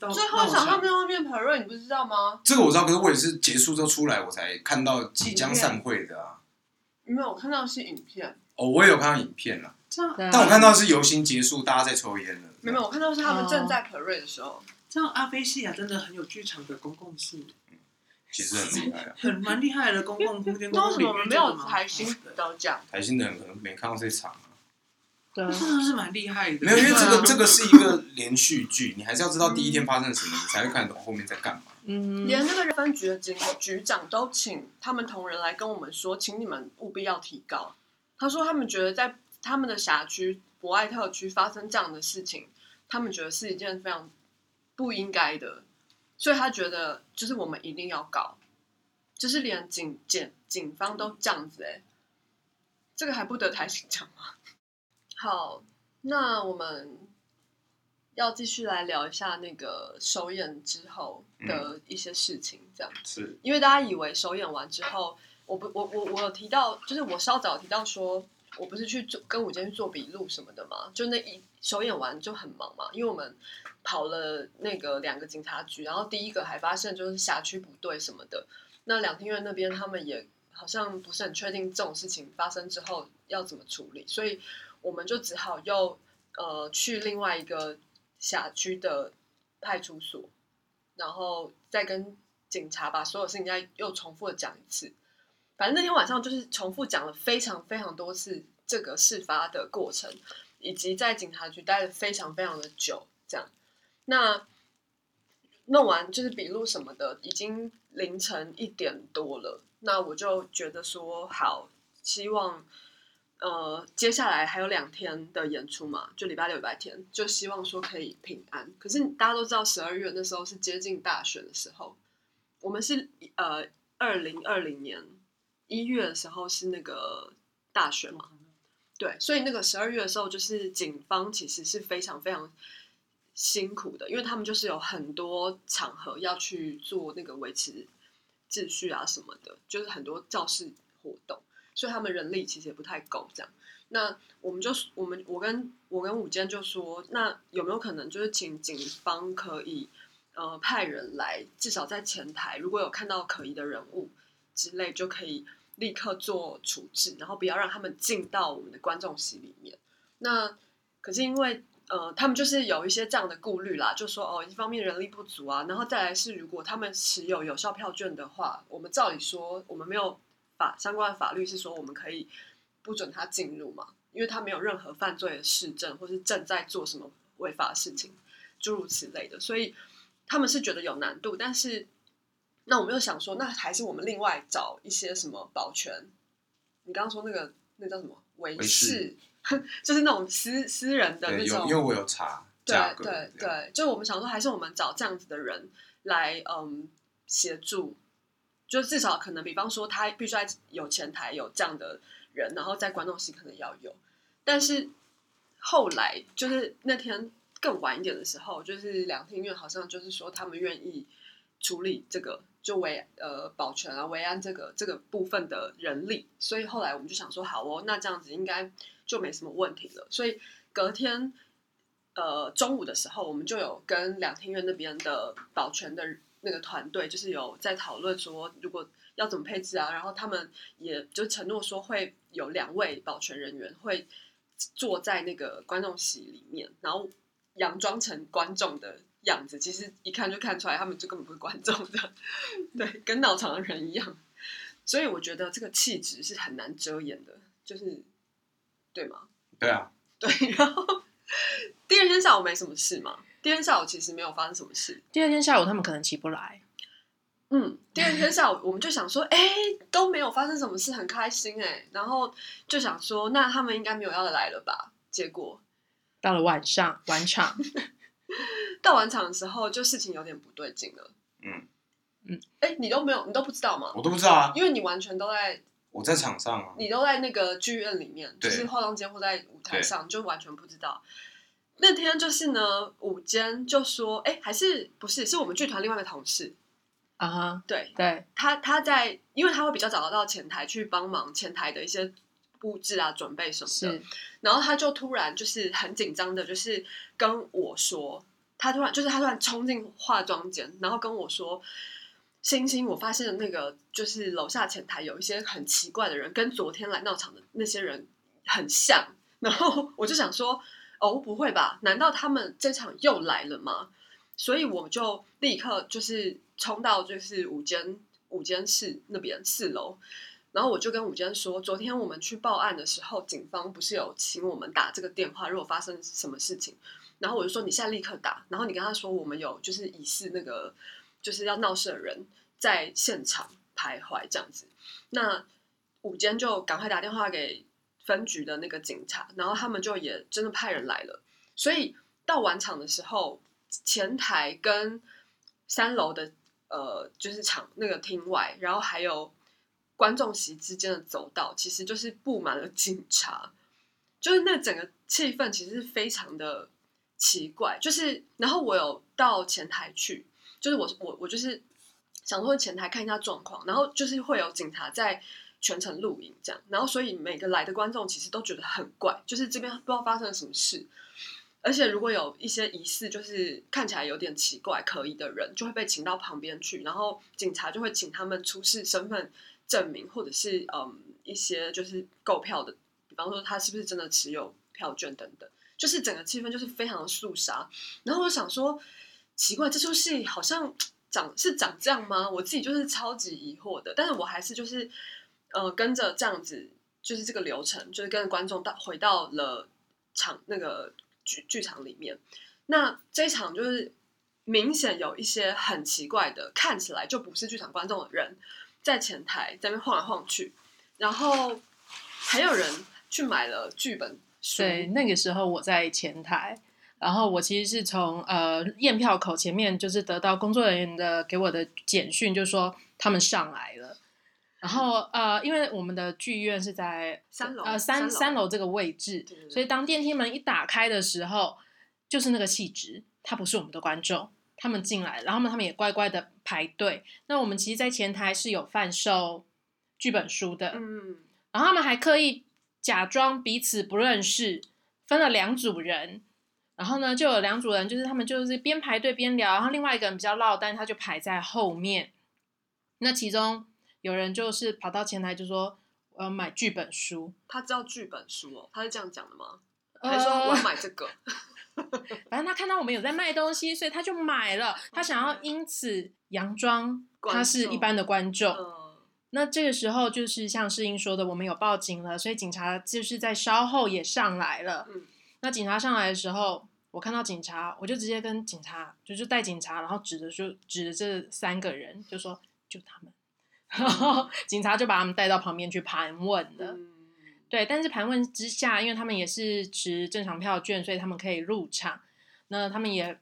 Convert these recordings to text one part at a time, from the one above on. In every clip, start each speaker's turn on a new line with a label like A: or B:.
A: 到
B: 最后一场他们要变 p a r 你不知道吗？
C: 这个我知道，可是我也是结束之后出来，我才看到即将散会的
B: 嗯
C: 啊。
B: 没有，我看到的是影片。
C: 哦，我也有看到影片啦，
B: 这样
A: 对啊
C: 但我看到是游行结束，大家在抽烟了。
B: 嗯没有，我看到是他们正在 p a r 的时候。
A: 这样阿菲西亚真的很有剧场的公共性，
C: 其实很厉害 啊。
A: 很蛮厉害的公共空间。
B: 那为什么我
A: 公共
B: 们
A: 领域
B: 没
A: 真的
B: 有
A: 蛮
B: 台新
A: 好的
B: 得奖？
C: 台新的人可能没看到这场啊，
A: 真
D: 对啊，
A: 的是蛮厉害的。
C: 没有，因为这
B: 对
C: 个
B: 啊
C: 这个是一个连续剧，你还是要知道第一天发生什么，你才会看懂后面在干嘛。
D: 嗯，
B: 连那个分局的警局长都请他们同仁来跟我们说，请你们务必要提高。他说他们觉得在他们的辖区博爱特区发生这样的事情，他们觉得是一件非常不应该的，所以他觉得就是我们一定要告，就是连警检警方都这样子哎、这个还不得台新讲吗？ 好，那我们要继续来聊一下那个首演之后的一些事情，这样，
C: 是，
B: 因为大家以为首演完之后，我不，我我我有提到，就是我稍早提到说，我不是去做跟午间去做笔录什么的嘛，就那一首演完就很忙嘛，因为我们跑了那个两个警察局，然后第一个还发现就是辖区不对什么的，那两厅院那边他们也好像不是很确定这种事情发生之后要怎么处理，所以我们就只好又呃去另外一个辖区的派出所，然后再跟警察把所有事情再又重复的讲一次。反正那天晚上就是重复讲了非常非常多次这个事发的过程，以及在警察局待了非常非常的久，这样。那弄完就是笔录什么的，已经凌晨一点多了。那我就觉得说，好，希望呃接下来还有两天的演出嘛，就礼拜六、礼拜天，就希望说可以平安。可是大家都知道，十二月那时候是接近大选的时候，我们是呃二零二零年一月的时候是那个大选嘛，对，所以那个十二月的时候，就是警方其实是非常非常辛苦的，因为他们就是有很多场合要去做那个维持秩序啊什么的，就是很多造势活动，所以他们人力其实也不太够这样。那我们就我们我跟我跟午间就说，那有没有可能就是请警方可以呃派人来，至少在前台如果有看到可疑的人物之类，就可以立刻做处置，然后不要让他们进到我们的观众席里面。那可是因为呃，他们就是有一些这样的顾虑啦，就说哦，一方面人力不足啊，然后再来是如果他们持有有效票券的话，我们照理说我们没有法相关的法律是说我们可以不准他进入嘛，因为他没有任何犯罪的事证或是正在做什么违法的事情，诸如此类的，所以他们是觉得有难度，但是那我们又想说，那还是我们另外找一些什么保全？你刚刚说那个那叫什么维
C: 维
B: 士
C: 士？
B: 就是那种私私人的那
C: 对，有
B: 种
C: 因为我有查价
B: 对
C: 格，
B: 对
C: 这样，
B: 对，就我们想说，还是我们找这样子的人来，嗯，协助，就至少可能，比方说他必须在有前台有这样的人，然后在观众席可能要有，但是后来就是那天更晚一点的时候，就是两厅院好像就是说他们愿意处理这个就维呃保全啊维安这个这个部分的人力，所以后来我们就想说，好哦，那这样子应该就没什么问题了。所以隔天呃中午的时候，我们就有跟两厅院那边的保全的那个团队，就是有在讨论说，如果要怎么配置啊，然后他们也就承诺说会有两位保全人员会坐在那个观众席里面，然后佯装成观众的样子，其实一看就看出来他们就根本不是观众的， 对，跟闹场的人一样。所以我觉得这个气质是很难遮掩的，就是对吗？
C: 对啊，
B: 对，然后第二天下午没什么事嘛，第二天下午其实没有发生什么事。
D: 第二天下午他们可能起不来，
B: 嗯，第二天下午我们就想说，哎、都没有发生什么事，很开心哎、然后就想说，那他们应该没有要来了吧？结果
D: 到了晚上晚场，
B: 到晚场的时候，就事情有点不对劲了。
C: 嗯
D: 嗯，
B: 哎、你都没有，你都不知道吗？
C: 我都不知道啊，
B: 因为你完全都在，
C: 我在场上啊，
B: 你都在那个剧院里面，就
C: 对
B: 是化妆间或在舞台上，就完全不知道。那天就是呢，午间就说，哎、还是不是？是我们剧团另外一个同事，
D: 啊哈，
B: 对
D: 对，
B: 他，他在，因为他会比较早到前台去帮忙前台的一些布置啊、准备什么的
D: 是。
B: 然后他就突然就是很紧张的，就是跟我说，他突然就是他突然冲进化妆间，然后跟我说：“星星，我发现那个就是楼下前台有一些很奇怪的人，跟昨天来闹场的那些人很像。”然后我就想说：“哦，不会吧？难道他们这场又来了吗？”所以我就立刻就是冲到就是五间五间室那边四楼，然后我就跟午间说，昨天我们去报案的时候，警方不是有请我们打这个电话，如果发生什么事情，然后我就说你现在立刻打，然后你跟他说我们有就是疑似那个就是要闹事的人在现场徘徊这样子，那午间就赶快打电话给分局的那个警察，然后他们就也真的派人来了，所以到晚场的时候，前台跟三楼的呃就是场那个厅外，然后还有观众席之间的走道，其实就是布满了警察，就是那整个气氛其实是非常的奇怪。就是然后我有到前台去，就是我我我就是想说前台看一下状况，然后就是会有警察在。全程录影这样，然后所以每个来的观众其实都觉得很怪，就是这边不知道发生了什么事，而且如果有一些疑似就是看起来有点奇怪、可疑的人，就会被请到旁边去，然后警察就会请他们出示身份证明，或者是嗯一些就是购票的，比方说他是不是真的持有票券等等，就是整个气氛就是非常的肃杀。然后我想说，奇怪，这出戏好像长是长这样吗？我自己就是超级疑惑的，但是我还是就是呃跟着这样子，就是这个流程，就是跟着观众到回到了场那个剧剧场里面。那这一场就是明显有一些很奇怪的，看起来就不是剧场观众的人在前台在那边晃来晃去，然后还有人去买了剧本书，
D: 对，那个时候我在前台，然后我其实是从呃验票口前面就是得到工作人员的给我的简讯，就说他们上来了。然后呃，因为我们的剧院是在
B: 三楼
D: 呃三
B: 三楼
D: 楼这个位置
B: 对对，对
D: 所以当电梯门一打开的时候，就是那个气质，他不是我们的观众，他们进来，然后他们也乖乖的排队。那我们其实，在前台是有贩售剧本书的，
B: 嗯，
D: 然后他们还刻意假装彼此不认识，分了两组人。然后呢，就有两组人，就是他们就是边排队边聊，然后另外一个人比较落单，他就排在后面。那其中有人就是跑到前台就说：“我要买剧本书。
B: 他知道剧本书哦，他是这样讲的吗？”还
D: 他
B: 是说我要买这 个？
D: 反正他看到我们有在卖东西，所以他就买了。他想要因此佯装他是一般的观众，
B: 嗯，
D: 那这个时候就是像世英说的，我们有报警了，所以警察就是在稍后也上来了。
B: 嗯，
D: 那警察上来的时候，我看到警察，我就直接跟警察，就是带警察，然后指着就指着这三个人，就说就他们， 然后警察就把他们带到旁边去盘问了。
B: 嗯
D: 对，但是盘问之下，因为他们也是持正常票券，所以他们可以入场。那他们也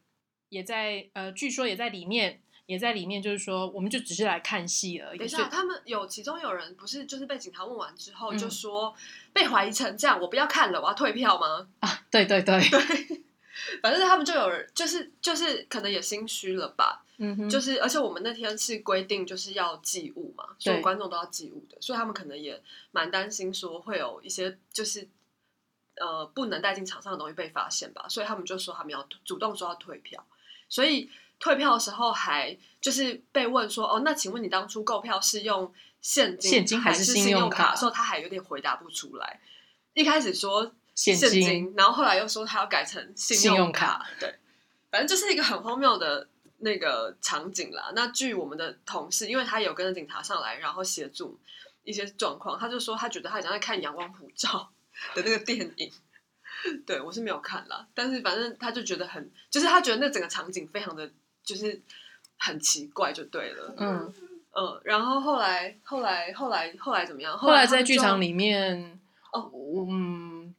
D: 也在呃，据说也在里面，也在里面，就是说，我们就只是来看戏而已。
B: 等一
D: 所
B: 下，啊
D: 以
B: 他们有其中有人不是就是被警察问完之后
D: 嗯
B: 就说、被怀疑成这样，我不要看了，我要退票吗？
D: 啊对对对，
B: 反正他们就有人就是就是可能也心虚了吧，
D: 嗯哼，
B: 就是而且我们那天是规定就是要寄物嘛，所有
D: 对
B: 观众都要寄物的，所以他们可能也蛮担心说会有一些就是呃不能带进场上的东西被发现吧，所以他们就说他们要主动说要退票，所以退票的时候还就是被问说哦，那请问你当初购票是用现金
D: 现金
B: 还
D: 还是
B: 信
D: 信用
B: 用
D: 卡
B: 的时候，他还有点回答不出来，一开始说
D: 现
B: 金，
D: 金
B: 然后后来又说他要改成信
D: 信用
B: 卡，对，反正就是一个很荒谬的那个场景啦。那据我们的同事，因为他有跟着警察上来，然后协助一些状况，他就说他觉得他好像在看《阳光普照》的那个电影。对我是没有看啦，但是反正他就觉得很，就是他觉得那整个场景非常的，就是很奇怪，就对了。
D: 嗯，
B: 嗯，然后后来后来后来后来怎么样？
D: 后来
B: 他们
D: 在剧
B: 就
D: 场里面，
B: 哦
D: 我，嗯，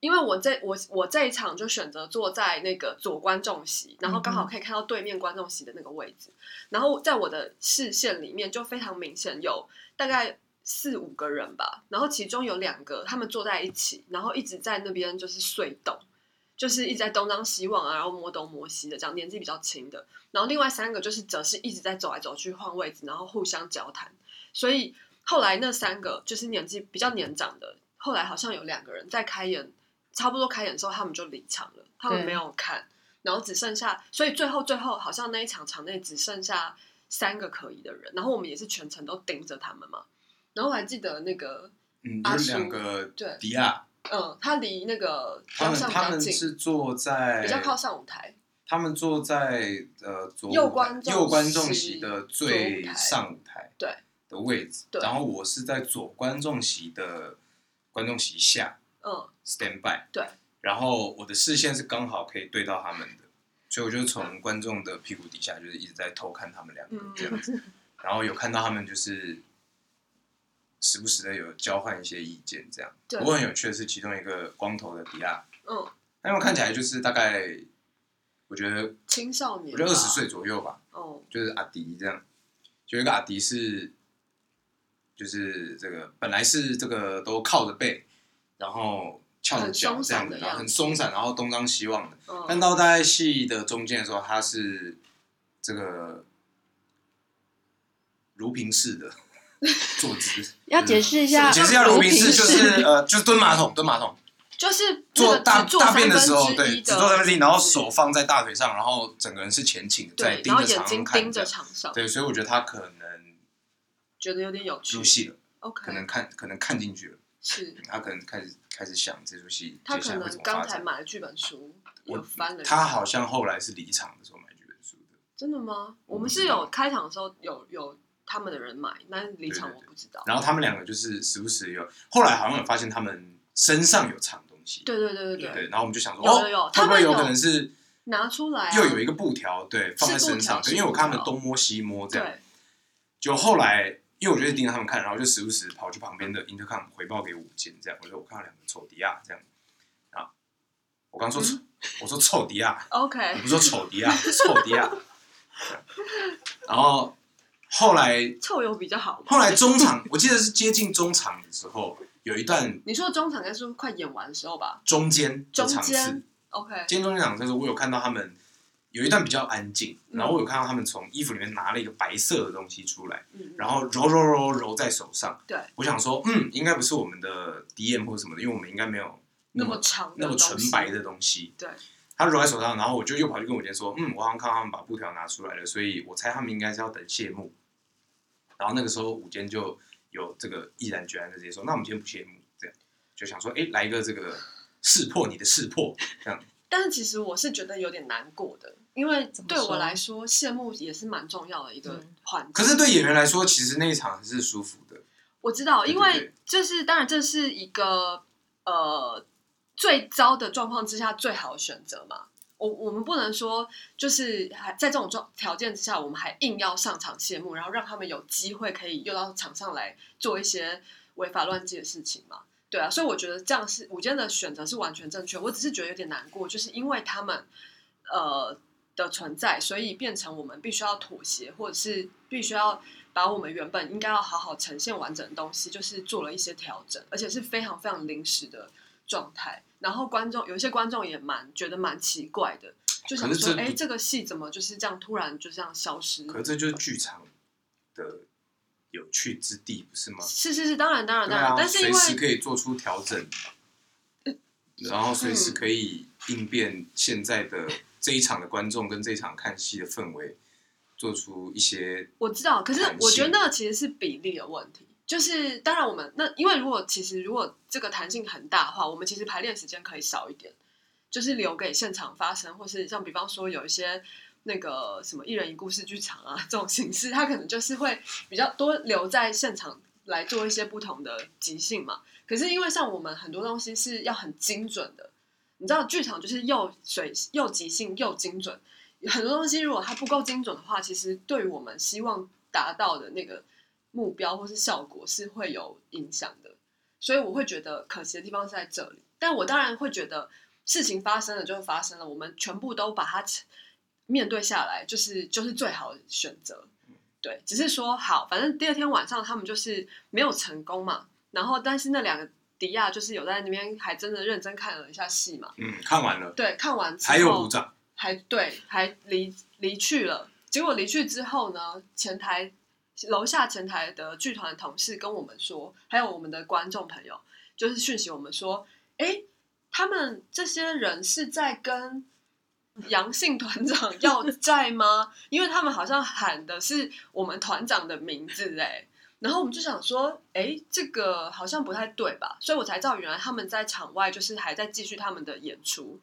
B: 因为我这我我这一场就选择坐在那个左观众席，然后刚好
D: 嗯哼
B: 可以看到对面观众席的那个位置，然后在我的视线里面就非常明显有大概四五个人吧，然后其中有两个他们坐在一起，然后一直在那边就是碎动，就是一直在东张西望啊，然后摸东摸西的这样，年纪比较轻的，然后另外三个就是则是一直在走来走去换位置，然后互相交谈，所以后来那三个就是年纪比较年长的，后来好像有两个人在开演，差不多开演之后他们就离场了，他们
D: 对
B: 没有看。然后只剩下，所以最后最后好像那一场场内只剩下三个可疑的人，然后我们也是全程都盯着他们嘛。然后我还记得那个，
C: 嗯，
B: 阿
C: 就是两
B: 叔
C: 个
B: 对
C: 迪亚，
B: 嗯，他离那个
C: 他
B: 雕
C: 们
B: 像比
C: 他
B: 较
C: 们
B: 近，
C: 是坐在
B: 比较靠上舞台，
C: 他们坐在呃左
B: 右
C: 舞台
B: 观众
C: 右观众
B: 席
C: 席的
B: 左舞
C: 最
B: 台
C: 上舞台
B: 对
C: 的位置，
B: 对
C: 然后我是在左观众席的观众席下
B: 嗯，
C: stand by，
B: 对，
C: 然后我的视线是刚好可以对到他们的，所以我就从观众的屁股底下就是一直在偷看他们两个
B: 嗯
C: 这样子，然后有看到他们就是时不时的有交换一些意见这样，
B: 对
C: 不过很有趣的是，其中一个光头的迪亚，
B: 嗯，
C: 那因为看起来就是大概。我觉得
B: 青少年，
C: 我觉得二十，岁左右吧，
B: 哦，
C: 就是阿迪这样，有一个阿迪是，就是这个本来是这个都靠着背，然后翘着
B: 很
C: 脚
B: 松
C: 这样
B: 散的
C: 然后
B: 样
C: 很
B: 子
C: 松散，然后东张西望的。但
B: 嗯，
C: 到大概戏的中间的时候，他是这个如平式 的坐姿，
D: 要解释一下，
C: 解释一下如平 式
D: 式
C: 就是呃就是蹲马桶，蹲马桶。
B: 就是那
C: 做
B: 个
C: 大
B: 只做
C: 大便的时候，
B: 三分之
C: 对，
B: 一
C: 只做三分之一，然后
B: 位置
C: 手放在大腿上，然后整个人是前倾的，在
B: 对，
C: 盯
B: 然后
C: 着
B: 眼
C: 场上
B: 睛
C: 看
B: 盯
C: 这
B: 着
C: 样。
B: 场上，
C: 对，所以我觉得他可能
B: 觉得有点有趣
C: 入戏了，可能
B: ，OK，
C: 看可能看进去了，
B: 是。
C: 他可能开始开始想这出戏
B: 他
C: 接
B: 可
C: 下来会怎
B: 能
C: 么
B: 刚
C: 发
B: 才
C: 展。
B: 买了剧本书，有
C: 我
B: 翻了一下。
C: 他好像后来是离场的时候买剧本书的，
B: 真的吗？
C: 我
B: 我们
C: 不
B: 是
C: 知道
B: 有开场的时候有有他们的人买，但离场
C: 对
B: 我
C: 对
B: 不知道。
C: 然后他们两个就是时不时有，后来好像有发现他们身上有藏东西，
B: 对对对对
C: 对，然后我们就想说，
B: 有有
C: 哦
B: 有
C: 会不会
B: 他们有
C: 有可能是
B: 拿出来啊
C: 又有一个布条，对，放在
B: 是布
C: 身上，
B: 条
C: 对
B: 是
C: 因为我
B: 布
C: 看他们
B: 条
C: 东摸西摸这样，
B: 对，
C: 就后来，因为我就一直盯着他们看，然后就时不时跑去旁边的 intercom 回报给武健，这样我说我看到两个丑迪亚这样，啊，我
B: 嗯
C: 刚说丑，我说丑迪亚，我
B: OK，
C: 不是说丑迪亚，丑迪亚，然后后来
B: 臭油比较好嘛。
C: 后来中场，我记得是接近中场的时候，有一段
B: 你说的中场应该是快演完的时候吧
C: 中间的场
B: 中
C: 次
B: 间，？OK，
C: 今天中间场的时候，我有看到他们有一段比较安静，然后我有看到他们从衣服里面拿了一个白色的东西出来。
B: 嗯，
C: 然后揉揉揉揉在手上。
B: 对，
C: 我想说，嗯，应该不是我们的 DM 或者什么的，因为我们应该没有
B: 那么
C: 么
B: 长的
C: 那么
B: 东
C: 纯
B: 西
C: 白的东西。
B: 对，
C: 他揉在手上，然后我就又跑去跟我姐说，嗯，我好像看到他们把布条拿出来了，所以我猜他们应该是要等谢幕。然后那个时候午间就有这个毅然决然的直接说，那我们今天不谢幕，这样就想说，哎，来一个这个识破你的识破，这样
B: 但是其实我是觉得有点难过的，因为
D: 怎么
B: 对我
D: 说
B: 来说，谢幕也是蛮重要的一个
D: 嗯
B: 环节。
C: 可是对演员来说，其实那一场是舒服的。
B: 我知道，
C: 对对
B: 因为这是当然，这是一个呃最糟的状况之下最好的选择嘛。我我们不能说就是还在这种状条件之下，我们还硬要上场谢幕，然后让他们有机会可以又到场上来做一些违法乱纪的事情嘛。对啊，所以我觉得这样是午间的选择是完全正确。我只是觉得有点难过，就是因为他们呃的存在，所以变成我们必须要妥协，或者是必须要把我们原本应该要好好呈现完整的东西，就是做了一些调整，而且是非常非常临时的状态。然后观众有一些观众也蛮觉得蛮奇怪的，就想
C: 可是
B: 说，
C: 这
B: 哎、这个戏怎么就是这样突然就这样消失？
C: 可是这就是剧场的有趣之地，不是吗？
B: 是是是，当然当然
C: 对
B: 当然，
C: 啊，
B: 但是因
C: 随时
B: 为呃
C: 可以做出调整，然后随时可以应变现在的这一场的观众跟这一场看戏的氛围，做出一些
B: 我知道，可是
C: 弹
B: 我觉得
C: 性
B: 那其实是比例的问题。就是当然，我们那因为如果其实如果这个弹性很大的话，我们其实排练时间可以少一点，就是留给现场发生，或是像比方说有一些那个什么一人一故事剧场啊这种形式，它可能就是会比较多留在现场来做一些不同的即兴嘛。可是因为像我们很多东西是要很精准的，你知道剧场就是又水又即兴又精准，很多东西如果它不够精准的话，其实对于我们希望达到的那个目标或是效果是会有影响的。所以我会觉得可惜的地方是在这里。但我当然会觉得事情发生了就是发生了，我们全部都把它面对下来，就是就是最好的选择。
C: 嗯
B: 对，只是说好，反正第二天晚上他们就是没有成功嘛。然后，但是那两个迪亚就是有在那边还真的认真看了一下戏嘛。
C: 嗯，看完了
B: 对，看完之后
C: 还有鼓掌，
B: 还对，还离离去了。结果离去之后呢，前台楼下前台的剧团同事跟我们说，还有我们的观众朋友，就是讯息我们说，诶，他们这些人是在跟阳性团长要在吗？因为他们好像喊的是我们团长的名字哎、然后我们就想说，哎，这个好像不太对吧？所以我才知道，原来他们在场外就是还在继续他们的演出，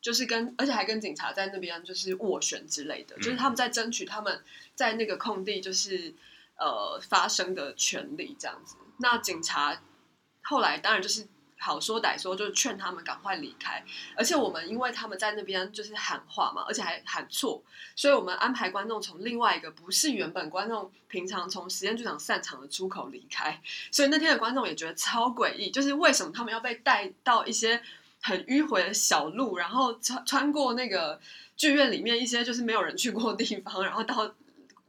B: 就是跟而且还跟警察在那边就是斡旋之类的，
C: 嗯
B: 就是他们在争取他们在那个空地就是呃发生的权利这样子。那警察后来当然就是好说歹说，就劝他们赶快离开。而且我们因为他们在那边就是喊话嘛，而且还喊错，所以我们安排观众从另外一个不是原本观众平常从实验剧场散场的出口离开，所以那天的观众也觉得超诡异，就是为什么他们要被带到一些很迂回的小路，然后穿穿过那个剧院里面一些就是没有人去过的地方，然后到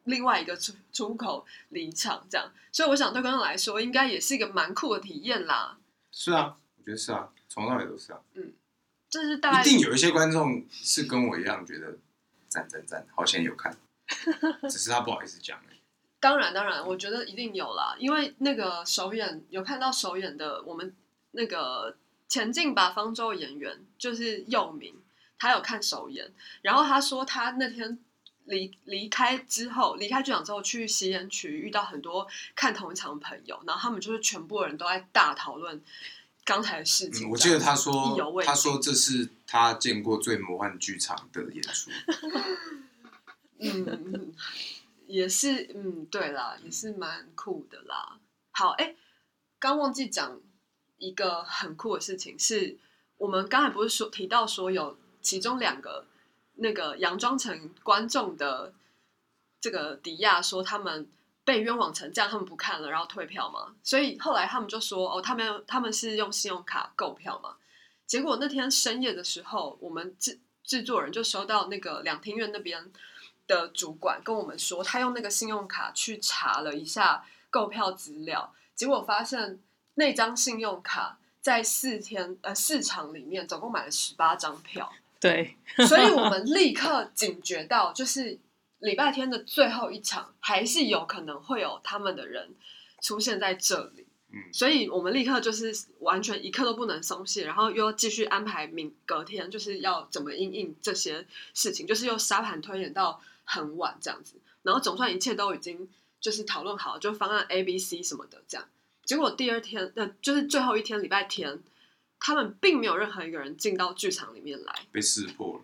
B: 另外一个出出口离场这样，所以我想对观众来说应该也是一个蛮酷的体验啦。
C: 是啊，我觉得是啊，从头到尾都是啊。
B: 这是大概
C: 一定有一些观众是跟我一样觉得赞赞赞，好险有看， 只是他不好意思讲而已。
B: 当然，当然，我觉得一定有啦，因为那个首演有看到首演的我们那个前进吧方舟演员就是佑明，他有看首演，然后他说他那天离离开之后，离开剧场之后去吸烟区遇到很多看同一场的朋友，然后他们就是全部人都在大讨论刚才的事情、
C: 嗯我记得他
B: 意犹
C: 说
B: 未，尽
C: 他说这是他见过最魔幻剧场的演出，
B: 嗯，嗯，也是，嗯，对啦，也是蛮酷的啦。好，哎、刚忘记讲一个很酷的事情，是我们刚才不是说提到说有其中两个那个佯装成观众的这个迪亚说他们被冤枉成这样，他们不看了，然后退票嘛。所以后来他们就说，哦，他们他们是用信用卡购票嘛。结果那天深夜的时候，我们制制作人就收到那个两厅院那边的主管跟我们说，他用那个信用卡去查了一下购票资料，结果发现那张信用卡在四天呃四场里面总共买了十八张票，
D: 对，
B: 所以我们立刻警觉到，就是礼拜天的最后一场还是有可能会有他们的人出现在这里。
C: 嗯，
B: 所以我们立刻就是完全一刻都不能松懈，然后又要继续安排明隔天就是要怎么应应这些事情，就是又沙盘推演到很晚这样子，然后总算一切都已经就是讨论好，就方案 A、B、C 什么的这样。结果第二天，呃，就是最后一天礼拜天，他们并没有任何一个人进到剧场里面来，
C: 被识破了，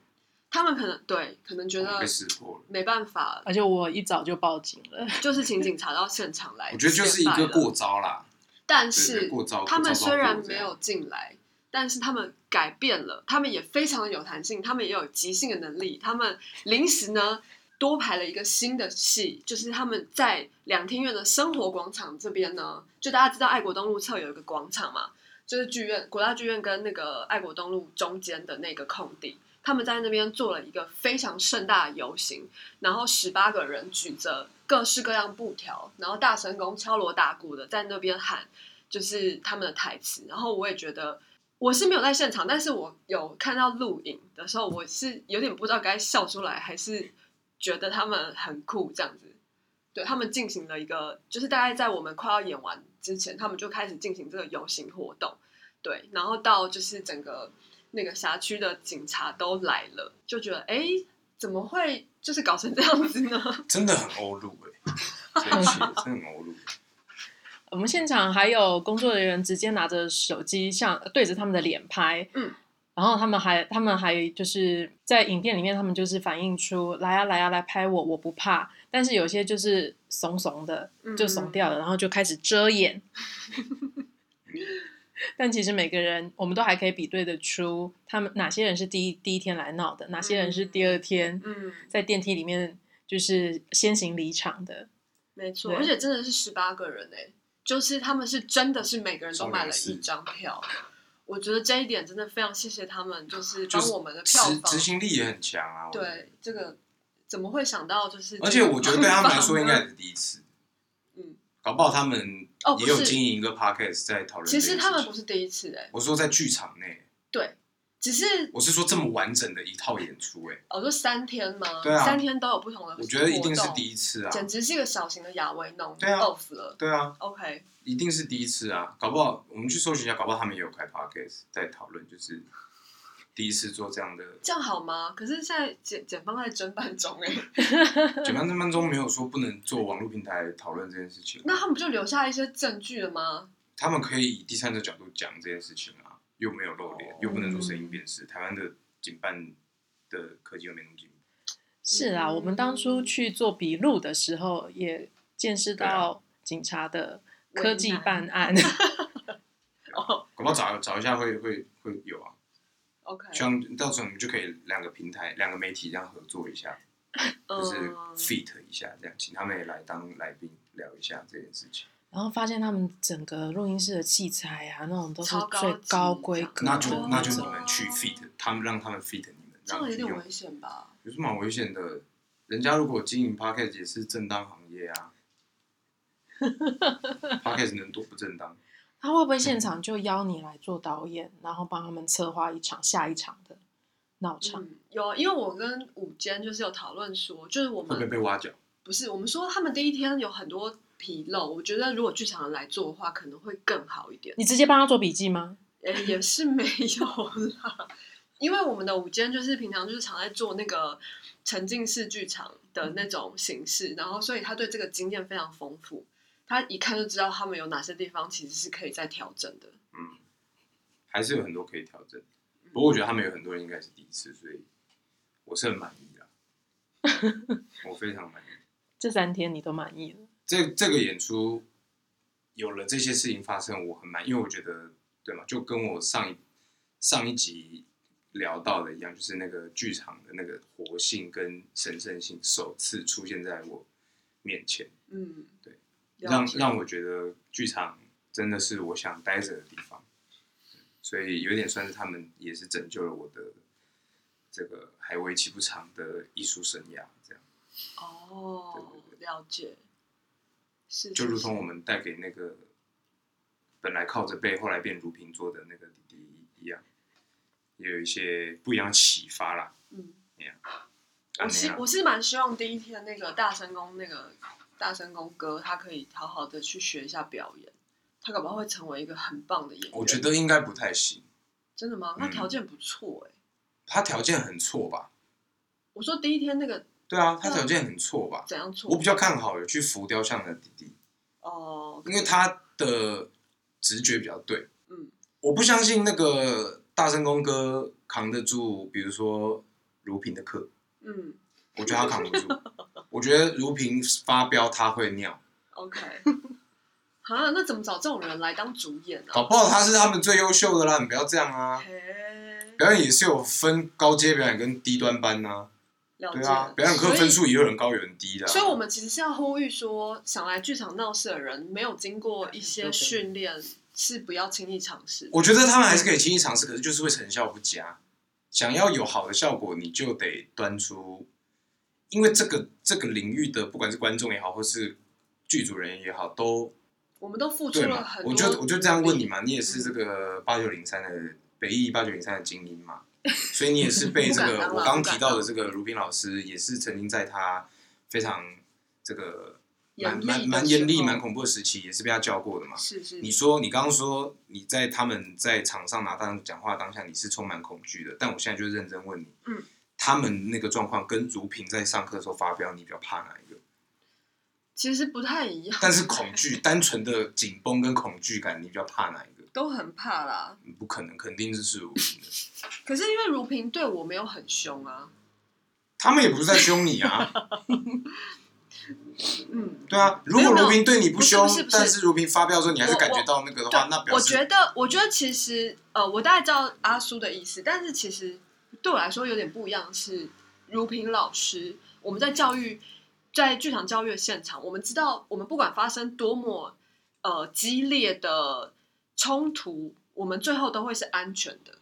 B: 他们可能对可能觉
C: 我们
B: 得
C: 被识破了。
B: 没办法，
D: 而且我一早就报警了。
B: 就是请警察到现场来。
C: 我觉得就是一个过招啦，
B: 但
C: 对
B: 是
C: 对过招
B: 他们虽然没，
C: 过招过
B: 有进来，但是他们改变了，他们也非常的有弹性，他们也有即兴的能力，他们临时呢多排了一个新的戏，就是他们在两厅院的生活广场这边呢，就大家知道爱国东路侧有一个广场嘛，就是剧院国大剧院跟那个爱国东路中间的那个空地。他们在那边做了一个非常盛大的游行，然后十八个人举着各式各样布条，然后大神功敲锣打鼓的在那边喊就是他们的台词。然后我也觉得，我是没有在现场，但是我有看到录影的时候，我是有点不知道该笑出来，还是觉得他们很酷这样子。对他们进行了一个，就是大概在我们快要演完之前，他们就开始进行这个游行活动。对，然后到就是整个那个辖区的警察都来了，就觉得哎，诶怎么会就是搞成这样子呢？
C: 招真的很欧陆哎，这一切真的很欧陆。
D: 我们现场还有工作人员直接拿着手机像对着他们的脸拍，
B: 嗯，
D: 然后他们还他们还就是在影片里面，他们就是反映出来啊来啊来拍我，我不怕。但是有些就是怂怂的，
B: 嗯
D: 就怂掉了，然后就开始遮掩。 但其实每个人，我们都还可以比对得出，他们哪些人是第一第一天来闹的，哪些人是第二天
B: 嗯，
D: 在电梯里面就是先行离场的。
B: 没错，
D: 对
B: 而且真的是十八个人哎、就是他们是真的是每个人都买了一张票，我觉得这一点真的非常谢谢他们，就是帮我们的票
C: 执
B: 房。
C: 执行力也很强啊，我觉得，
B: 对这个怎么会想到就是？
C: 而且我觉得对他们来说应该也是第一次，
B: 嗯，
C: 搞不好他们
B: 哦不
C: 也
B: 是
C: 有经营一个 podcast 在讨论
B: 其
C: 这件事情。
B: 实他们不是第一次哎、
C: 我是说在剧场内，
B: 对，只是
C: 我是说这么完整的一套演出，哎，
B: 我说三天吗？
C: 对啊
B: 三天都有不哦同的活动，
C: 我觉得一定是第一次啊，
B: 简直是一个小型的亚维农
C: 对啊
B: off 了。
C: 对啊，
B: OK，
C: 一定是第一次啊，搞不好我们去搜寻一下，搞不好他们也有开 podcast 在讨论，就是第一次做这样的。
B: 这样好吗？可是现在检检方在侦办中哎、
C: 简单侦办中没有说不能做网络平台讨论这件事情，
B: 那他们不就留下一些证据了吗？
C: 他们可以以第三者角度讲这件事情啊，又没有露脸
A: 哦，
C: 又不能做声音辨识。台湾的警办的科技又没那么进步。
D: 是啊，我们当初去做笔录的时候，也见识
C: 对啊
D: 到警察的科
B: 为
D: 技
B: 难
D: 办 案。
B: 哦、
C: 搞不好找找一下会会会有啊，
B: o k
C: 像到时候我们就可以两个平台、两个媒体这样合作一下，
B: 嗯
C: 就是 fit 一下这样，请他们也来当来宾聊一下这件事情。
D: 然后发现他们整个录音室的器材啊，那种都是
B: 超高
D: 最
B: 级
D: 高规格的
C: 那就
B: 哦
C: 那就
D: 种
C: 你们去 fit 他们，让他们 fit 你们，
B: 这
C: 让
B: 样有
C: 你
B: 点
C: 用
B: 危，险吧？
C: 有什么好危险的？人家如果经营 podcast 也是正当行业啊，podcast 能多不正当？
D: 他会不会现场就邀你来做导演，然后帮他们策划一场下一场的闹场？
B: 嗯，有啊，因为我跟午间就是有讨论说，就是我
C: 会不会
B: 们
C: 被挖角？
B: 不是我们说他们第一天有很多纰漏，我觉得如果剧场人来做的话，可能会更好一点。
D: 你直接帮他做笔记吗？
B: 呃， 也是没有啦，因为我们的午间就是平常就是常在做那个沉浸式剧场的
C: 嗯
B: 那种形式，然后所以他对这个经验非常丰富，他一看就知道他们有哪些地方其实是可以再调整的。
C: 嗯，还是有很多可以调整。不过我觉得他们有很多人应该是第一次，所以我是很满意的，啊我非常满意。
D: 这三天你都满意了？
C: 这这个演出有了这些事情发生，我很满意，因为我觉得对嘛，就跟我上一上一集聊到的一样，就是那个剧场的那个活性跟神圣性首次出现在我面前，
B: 嗯，
C: 对，
B: 了
C: 让
B: 解
C: 让我觉得剧场真的是我想待着的地方，所以有点算是他们也是拯救了我的这个还为期不长的艺术生涯，这样
B: 哦，了解，是
C: 就如同我
B: 们
C: 们带给那个本来靠着背后来变如平坐的那个弟弟一样，也有一些不一样的启发啦。
B: 嗯，我
C: 安内
B: 是
C: 啊
B: 我是蛮希望第一天那个大声公那个大声公哥，他可以好好的去学一下表演，他搞不好会成为一个很棒的演员。
C: 我觉得应该不太行，
B: 真的吗？
C: 嗯
B: 那条件不错哎、
C: 他条件很错吧？
B: 我说第一天那个
C: 对啊，他条件很错吧？
B: 怎样嗯错？
C: 我比较看好有去浮雕像的弟弟，
B: 哦，
C: 嗯因为他的直觉比较对。
B: 嗯
C: 我不相信那个大声公哥扛得住，比如说如萍的课，
B: 嗯
C: 我觉得他扛 不住。我觉得如萍发飙他会尿，
B: ，OK，啊，那怎么找这种人来当主演
C: 搞
B: 啊？
C: 不好他是他们最优秀的啦，你不要这样啊！
B: 嘿，
C: 表演也是有分高阶表演跟低端班呐、
B: 了解
C: 对啊，表演课分数也有人高有人低的、啊。
B: 所以，所以我们其实是要呼吁说，想来剧场闹事的人，没有经过一些训练，是不要轻易尝试。
C: 我觉得他们还是可以轻易尝试，可是就是会成效不佳。想要有好的效果，你就得端出，因为这个这个领域的，不管是观众也好，或是剧组人也好，都
B: 我们都付出
C: 对
B: 了
C: 嘛
B: 很。多，
C: 我就我就这样问你，嘛，你也是这个八九零三的北艺八九零三的精英 嘛，所以你也是被这
B: 不敢
C: 个
B: 当
C: 我
B: 啦
C: 刚提到的这个如萍老师，也是曾经在他非常这个
B: 严
C: 蛮
B: 厉
C: 蛮
B: 的
C: 蛮严厉、
B: 时候
C: 蛮恐怖的时期，也是被他教过的嘛。
B: 是是，
C: 你说你刚刚说你在他们在场上拿当讲话当下你是充满恐惧的，但我现在就认真问你，
B: 嗯，
C: 他们那个状况跟如萍在上课的时候发飙，你比较怕哪一个？
B: 其实不太一样，
C: 但是恐惧，单纯的紧绷跟恐惧感，你比较怕哪一个？
B: 都很怕啦。
C: 不可能，肯定是事无平的。
B: 可是因为如萍对我没有很凶啊，
C: 他们也不是在凶你 啊，
B: 嗯，
C: 对啊。如果
B: 没有
C: 如萍对你凶
B: 不是不是不，是
C: 但是如萍发飙的时候，你还是
B: 我
C: 感觉到那个的话，那表
B: 我
C: 示
B: 觉得，我觉得其实，呃，我大概知道阿苏的意思，但是其实对我来说有点不一样是，如萍老师，我们在教育，在剧场教育的现场，我们知道，我们不管发生多么呃激烈的冲突，我们最后都会是安全的。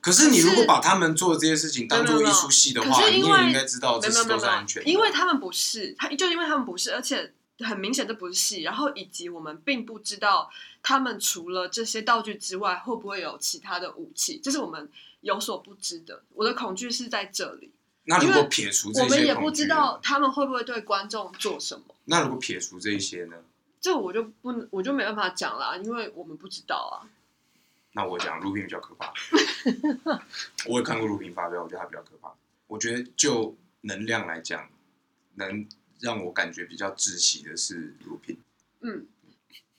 C: 可是你
B: 可是
C: 如果把他们做这些事情当做
B: 没有没
C: 一
B: 有
C: 出戏的
B: 可
C: 话，
B: 是
C: 你
B: 因为
C: 也应该知道
B: 没
C: 这
B: 有没有
C: 是
B: 没
C: 都
B: 有
C: 是安全的。
B: 因为他们不是，他就因为他们不是，而且很明显这不是戏，然后以及我们并不知道他们除了这些道具之外，会不会有其他的武器，这是我们有所不知的。我的恐惧是在这里，
C: 那如
B: 因
C: 果
B: 为
C: 撇除这
B: 我
C: 些，
B: 们也不知道他们会不会对观众做什么，
C: 那如果撇除这一些呢？
B: 这我就不能，我就没办法讲啦，因为我们不知道啊。
C: 那我讲陆平比较可怕。 我也看过陆平发飙，我觉得他比较可怕。我觉得就能量来讲，能让我感觉比较窒息的是陆平。
B: 嗯，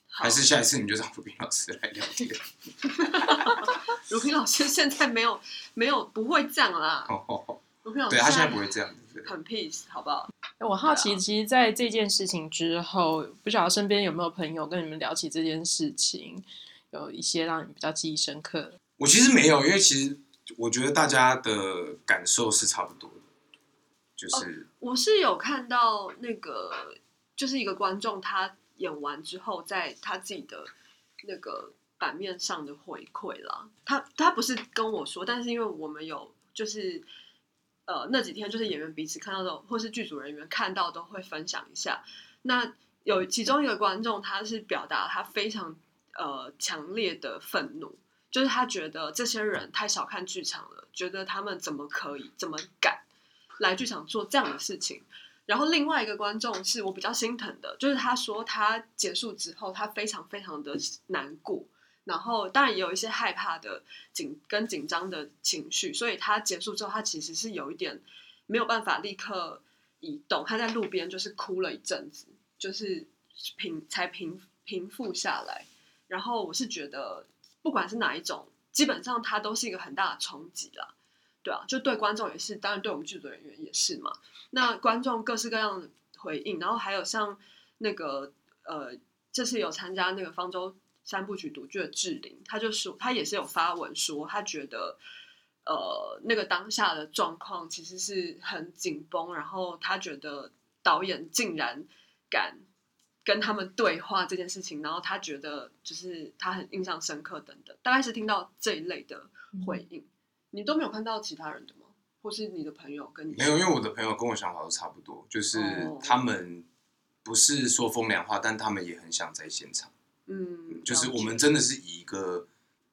B: 好
C: 还是下一次你就找陆平老师来聊 天？
B: 如萍老师现在没有没有不会这样啦，如萍老师
C: 哦对他现在不会这样，对
B: 很 peace 好不好？
D: 哎我好奇，
B: 对啊
D: 其实在这件事情之后，不晓得身边有没有朋友跟你们聊起这件事情，有一些让你比较记忆深刻的。
C: 我其实没有，因为其实我觉得大家的感受是差不多的，就是、
B: 我是有看到那个，就是一个观众他演完之后，在他自己的那个版面上的回馈啦。他他不是跟我说，但是因为我们有就是呃那几天就是演员彼此看到的，或是剧组人员看到都会分享一下。那有其中一个观众，他是表达他非常呃强烈的愤怒，就是他觉得这些人太小看剧场了，觉得他们怎么可以，怎么敢来剧场做这样的事情。然后另外一个观众是我比较心疼的，就是他说他结束之后，他非常非常的难过，然后当然也有一些害怕的紧跟紧张的情绪，所以他结束之后，他其实是有一点没有办法立刻移动，他在路边就是哭了一阵子，就是平才平平复下来。然后我是觉得，不管是哪一种，基本上它都是一个很大的冲击啦，对啊，就对观众也是，当然对我们剧组人员也是嘛。那观众各式各样的回应，然后还有像那个呃，这次有参加那个方舟三部曲独剧的志玲，他就说他也是有发文说，他觉得呃那个当下的状况其实是很紧绷，然后他觉得导演竟然敢跟他们对话这件事情，然后他觉得就是他很印象深刻等等，大概是听到这一类的
D: 嗯
B: 回应。你都没有看到其他人的吗？或是你的朋友跟你
C: 没有，因为我的朋友跟我想法都差不多，就是
B: 哦
C: 他们不是说风凉话，但他们也很想在现场。
B: 嗯，
C: 就是
B: 了
C: 我们
B: 解
C: 真的是以一个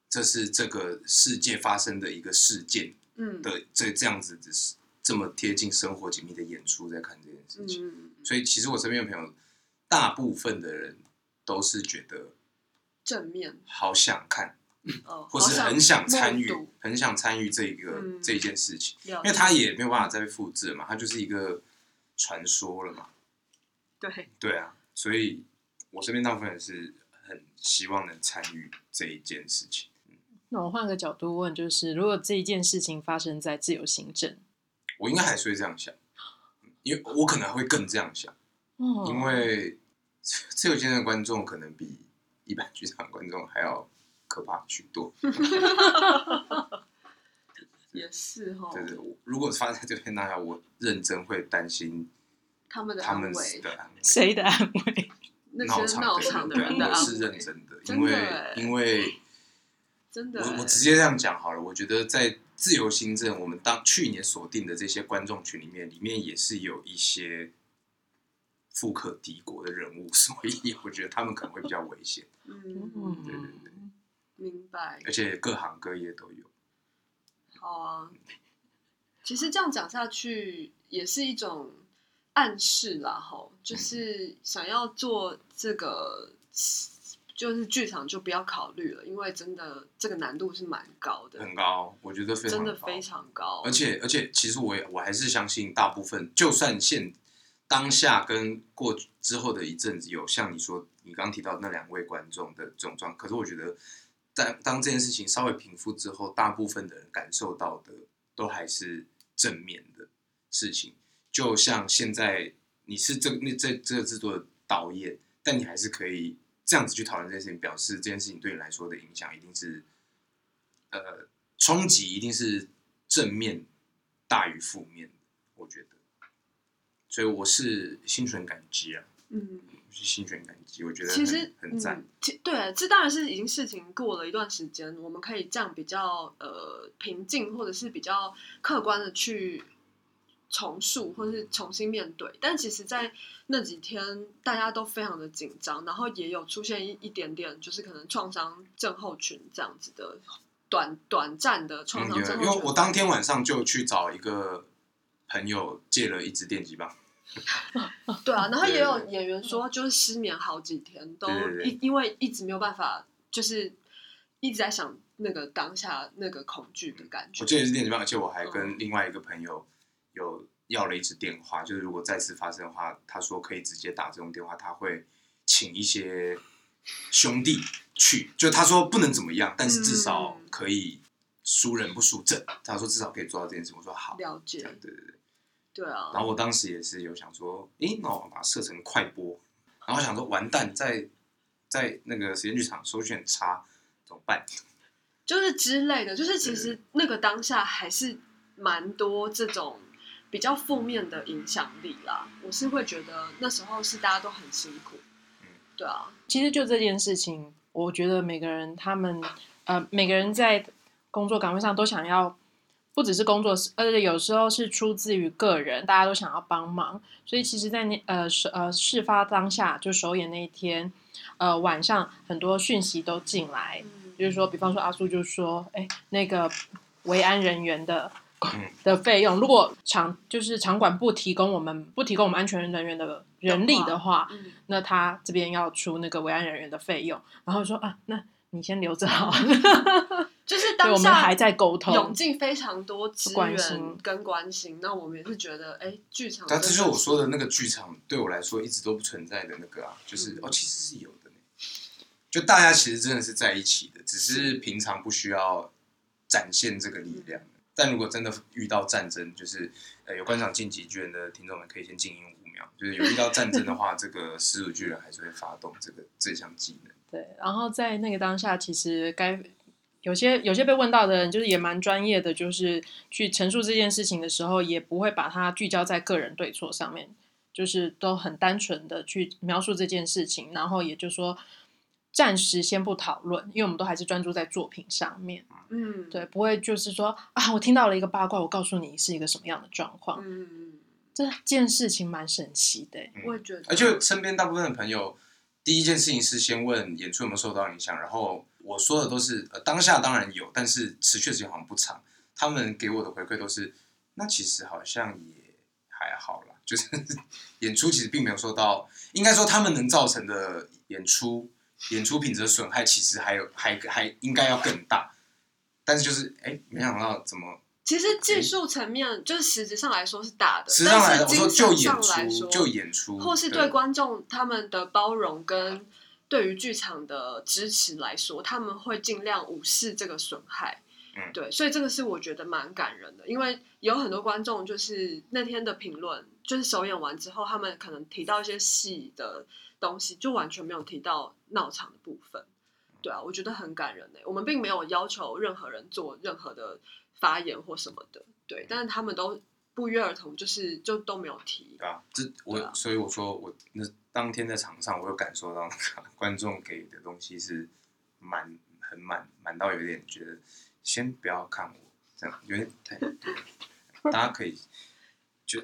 C: 这是这个世界发生的一个事件
B: 嗯
C: 的这这样子的事这么贴近生活紧密的演出在看这件事
B: 嗯
C: 情，
B: 嗯嗯
C: 所以其实我身边的朋友大部分的人都是觉得
B: 正面
C: 好想看，
B: 哦，
C: 或是很想参与
B: 好目睹，
C: 很想参与这个、
B: 嗯
C: 这一件事情，
B: 了
C: 因为
B: 解
C: 它也没有办法再被复制了嘛，它就是一个传说了嘛，
B: 对
C: 对啊，所以我身边大部分人是很希望能参与这一件事情。
D: 那我换个角度问，就是如果这一件事情发生在自由行政，
C: 我应该还是会这样想，因为我可能还会更这样想，
D: 哦
C: 因为自由健身的观众可能比一般剧场观众还要可怕许多。
B: 也是哈，
C: 就是我如果发生在这边那样，我认真会担心
B: 他们的
C: 他
B: 安
C: 们
B: 慰，
C: 的安危
D: 谁的安慰？
B: 那
C: 闹
B: 些闹
C: 场
B: 场的
C: 对
B: 人的
C: 我
B: 安
C: 是
B: 慰，
C: 认真的，
B: 真
C: 因
B: 的
C: 为
B: 欸
C: 因为
B: 真的欸，
C: 我我直接这样讲好了，我觉得在自由新政，我们当去年锁定的这些观众群里面，里面也是有一些富可敌国的人物， 所以我觉得他们可能会比较危险，
B: 嗯，
C: 对对对
B: 明白，
C: 而且各行各业都有。
B: 好啊。 其实这样讲下去也是一种暗示啦，哈，
C: 嗯
B: 就是想要做这个，就是剧场就不要考虑了，因为真的这个难度是蛮高的，
C: 很高，我觉得嗯非常
B: 真
C: 高
B: 的非常高，
C: 而且而且，其实我也我还是相信，大部分就算现当下跟过之后的一阵子有像你说你刚提到那两位观众的这种状况，可是我觉得当当这件事情稍微平复之后，大部分的人感受到的都还是正面的事情。就像现在你是这那这这个制作的导演，但你还是可以这样子去讨论这件事情，表示这件事情对你来说的影响一定是呃冲击一定是正面大于负面的，我觉得。所以我是心存感激啊，
B: 嗯。
C: 我是心存感激，我觉得
B: 其实
C: 很很赞
B: 嗯。其对，这当然是已经事情过了一段时间，我们可以这样比较呃平静，或者是比较客观的去重述，或是重新面对。但其实，在那几天，大家都非常的紧张，然后也有出现一一点点，就是可能创伤症候群这样子的短短暂的创
C: 嗯，
B: 伤
C: 有
B: 症
C: 因
B: 候
C: 为
B: 群。
C: 我当天晚上就去找一个朋友借了一支电击棒，
B: 对啊，然后也有
C: 嗯对
B: 演员说，就是失眠好几天，都
C: 对对对
B: 因因为一直没有办法，就是一直在想那个当下那个恐惧的感觉。
C: 我记得也是电击棒，而且我
B: 嗯
C: 还跟另外一个朋友有要了一支电话，就是如果再次发生的话，他说可以直接打这种电话，他会请一些兄弟去，就他说不能怎么样，但是至少
B: 嗯
C: 可以输人不输阵，他说至少可以做到这件事，我说好，
B: 了
C: 这
B: 解
C: 样，对对对。
B: 对啊，
C: 然后我当时也是有想说，诶，那我把它设成快播，然后想说完蛋，在在那个时间剧场首选差怎么办？
B: 就是之类的，就是其实那个当下还是蛮多这种比较负面的影响力啦。我是会觉得那时候是大家都很辛苦
C: 嗯，
B: 对啊，
D: 其实就这件事情，我觉得每个人他们呃，每个人在工作岗位上都想要，不只是工作，而且有时候是出自于个人，大家都想要帮忙。所以其实在，那呃事呃事发当下，就首演那一天，呃晚上很多讯息都进来，就是说，比方说阿苏就说，哎，那个维安人员的
C: 嗯。
D: 的费用，如果场就是场馆不提供我们不提供我们安全人员的人力的话，
B: 嗯，
D: 那他这边要出那个维安人员的费用，然后说啊，那你先留着好了，
B: 就是
D: 对，
B: 当
D: 我们还
B: 下
D: 在沟通，
B: 涌进非常多资
D: 关心
B: 源跟关心，那我们也是觉得，哎，剧场
C: 但这
B: 真
C: 就是
B: 的
C: 我说的那个剧场，对我来说一直都不存在的那个啊，就是、
B: 嗯
C: 哦，其实是有的呢。就大家其实真的是在一起的，只是平常不需要展现这个力量。但如果真的遇到战争，就是呃有观赏晋级巨人的听众们可以先静音五秒，就是有遇到战争的 话，这个始祖巨人还是会发动这个这项技能。
D: 对，然后在那个当下，其实该有些有些被问到的人，就是也蛮专业的，就是去陈述这件事情的时候，也不会把它聚焦在个人对错上面，就是都很单纯的去描述这件事情，然后也就说暂时先不讨论，因为我们都还是专注在作品上面，
B: 嗯，
D: 对，不会就是说啊，我听到了一个八卦，我告诉你是一个什么样的状况，
B: 嗯，嗯，
D: 这件事情蛮神奇的欸、
B: 嗯我也觉得，
C: 而且身边大部分的朋友，第一件事情是先问演出有没有受到影响，然后我说的都是、呃、当下当然有，但是持续的时间好像不长。他们给我的回馈都是，那其实好像也还好啦，就是 演出其实并没有受到，应该说他们能造成的演出演出品质的损害，其实还有还还应该要更大。但是就是哎、没想到怎么
B: 其实技术层面就是实质上来说是大的，
C: 嗯实际上来
B: 但是精
C: 我说就
B: 神
C: 演
B: 上来
C: 出
B: 说
C: 就演出，
B: 或是对观众他们的包容跟对于剧场的支持来说，他们会尽量无视这个损害。
C: 嗯
B: 对，所以这个是我觉得蛮感人的，因为有很多观众就是那天的评论，就是首演完之后，他们可能提到一些戏的东西，就完全没有提到闹场的部分。对啊，我觉得很感人呢、我们并没有要求任何人做任何的发言或什么的，对，但是他们都不约而同，就是就都没有提。
C: 对啊，这
B: 对
C: 我
B: 啊
C: 所以我说我那当天在场上，我有感受到那个 观众给的东西是满很满满到有点觉得先不要看我这样，有点太大家可以就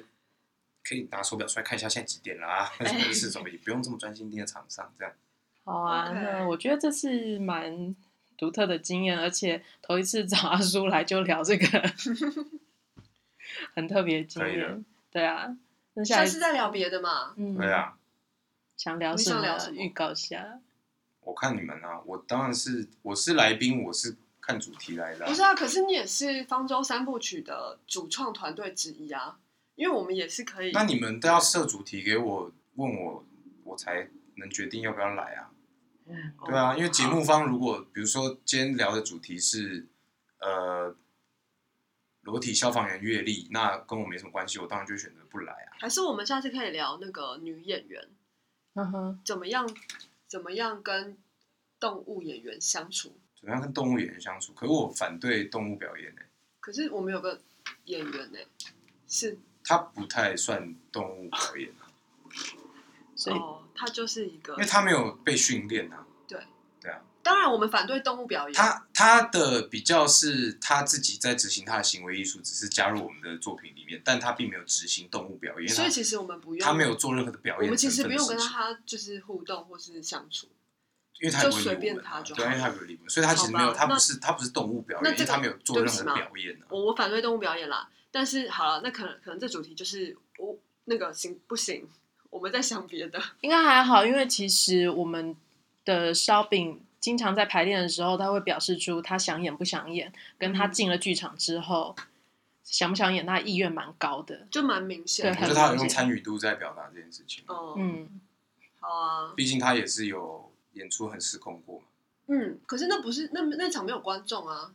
C: 可以拿手表出来看一下现在几点 了啊，
B: 哎
C: 是什么也不用这么专心盯在场上这样。
D: 好啊
B: OK
D: 那我觉得这是蛮独特的经验，而且头一次找 阿叔来就聊这个，很特别的经
C: 可以的
D: 验。对啊，那下
B: 下
D: 一
B: 次再聊别的嘛。
D: 嗯，
C: 对，啊，
D: 想聊
B: 你
D: 什
B: 想
D: 么
B: 聊什么
D: 预告下。
C: 我看你们啊，我当然是我是来宾，我是看主题来的啊、
B: 不是啊，可是你也是方舟三部曲的主创团队之一啊，因为我们也是可以。
C: 那你们都要设主题给我，问我，我才能决定要不要来啊。
B: 哦
C: 对啊，因为节目方如果比如说今天聊的主题是呃裸体消防员阅历，那跟我没什么关系，我当然就会选择不来啊。
B: 还是我们下次可以聊那个女演员
D: 嗯哼，
B: 怎么样，怎么样跟动物演员相处。
C: 怎么样跟动物演员相处？可是我反对动物表演欸呢、
B: 可是我们有个演员呢、是
C: 它不太算动物表演啊，
D: 所以、
B: 哦，他就是一个
C: 因为。它没有被训练啊。
B: 当然，我们反对动物表演。
C: 它它的比较是它自己在执行它的行为艺术，只是加入我们的作品里面，但它并没有执行动物表演，啊
B: 所以其实我们不用，
C: 它没有，做任何的表
B: 我
C: 演
B: 们其实
C: 成
B: 不
C: 分的
B: 用跟
C: 事情
B: 他就是互动或是相处。
C: 因为他也不会
B: 就随
C: 理
B: 便
C: 我们
B: 他
C: 啊
B: 就
C: 对啊，
B: 好
C: 因为他不会理我们，所以他其实没
B: 好
C: 有，
B: 吧
C: 他
B: 那
C: 不是他不是动物表
B: 那
C: 演，
B: 这
C: 因
B: 个
C: 为他没有做
B: 对不
C: 任
B: 起
C: 何
B: 嘛
C: 表演啊。
B: 我我反对动物表演啦，但是好了，那可能可能这主题就是我那个行不行？我们在想别的，
D: 应该还好，因为其实我们的烧饼经常在排练的时候，他会表示出他想演不想演，跟他
B: 嗯
D: 进了剧场之后想不想演，他意愿蛮高的。
B: 就蛮明显
D: 对
C: 我觉
D: 很
C: 得
B: 的。
C: 他有用参与度在表达这件事情，
B: 嗯，
D: 嗯，
B: 好啊，
C: 毕竟他也是有演出很失控过嘛。
B: 嗯，可是那不是那那场没有观众啊，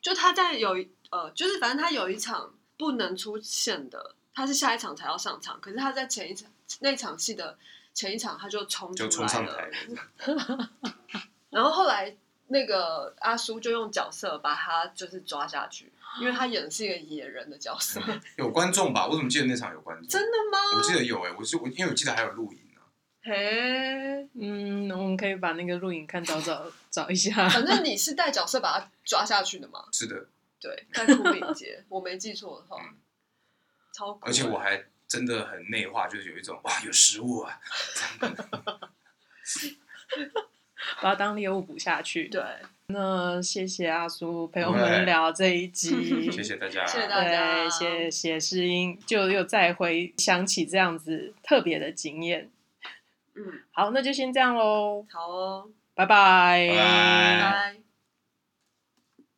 B: 就他在有一呃，就是反正他有一场不能出现的，他是下一场才要上场，可是他在前一场那场戏的前一场他就冲出
C: 就冲
B: 来
C: 上
B: 了，
C: 台了 这样，
B: 然后后来那个阿叔就用角色把他就是抓下去，因为他演的是一个野人的角 色，
C: 有观众吧？我怎么记得那场有观众？
B: 真的吗？
C: 我记得有哎、我是我因为我记得还有录影啊，，
B: 嘿，
D: 嗯，我们可以把那个录影看找找找 一下。
B: 反正你是带角色把他抓下去的嘛
C: 是的，
B: 对，在哭敏节，我没记错的话
C: 嗯，
B: 超酷的，
C: 而且我还真的很内化，就是有一种哇有食物啊，
D: 把它当猎物补下去。
B: 对，
D: 那谢谢阿苏陪我
C: 对
D: 们聊这一 集，
C: 谢谢大家，
B: 谢谢 大家
D: 对，谢谢诗音，就又再回想起这样子特别的经验。
B: 嗯，
D: 好，那就先这样喽，
B: 好哦。
D: 拜拜，
C: 拜拜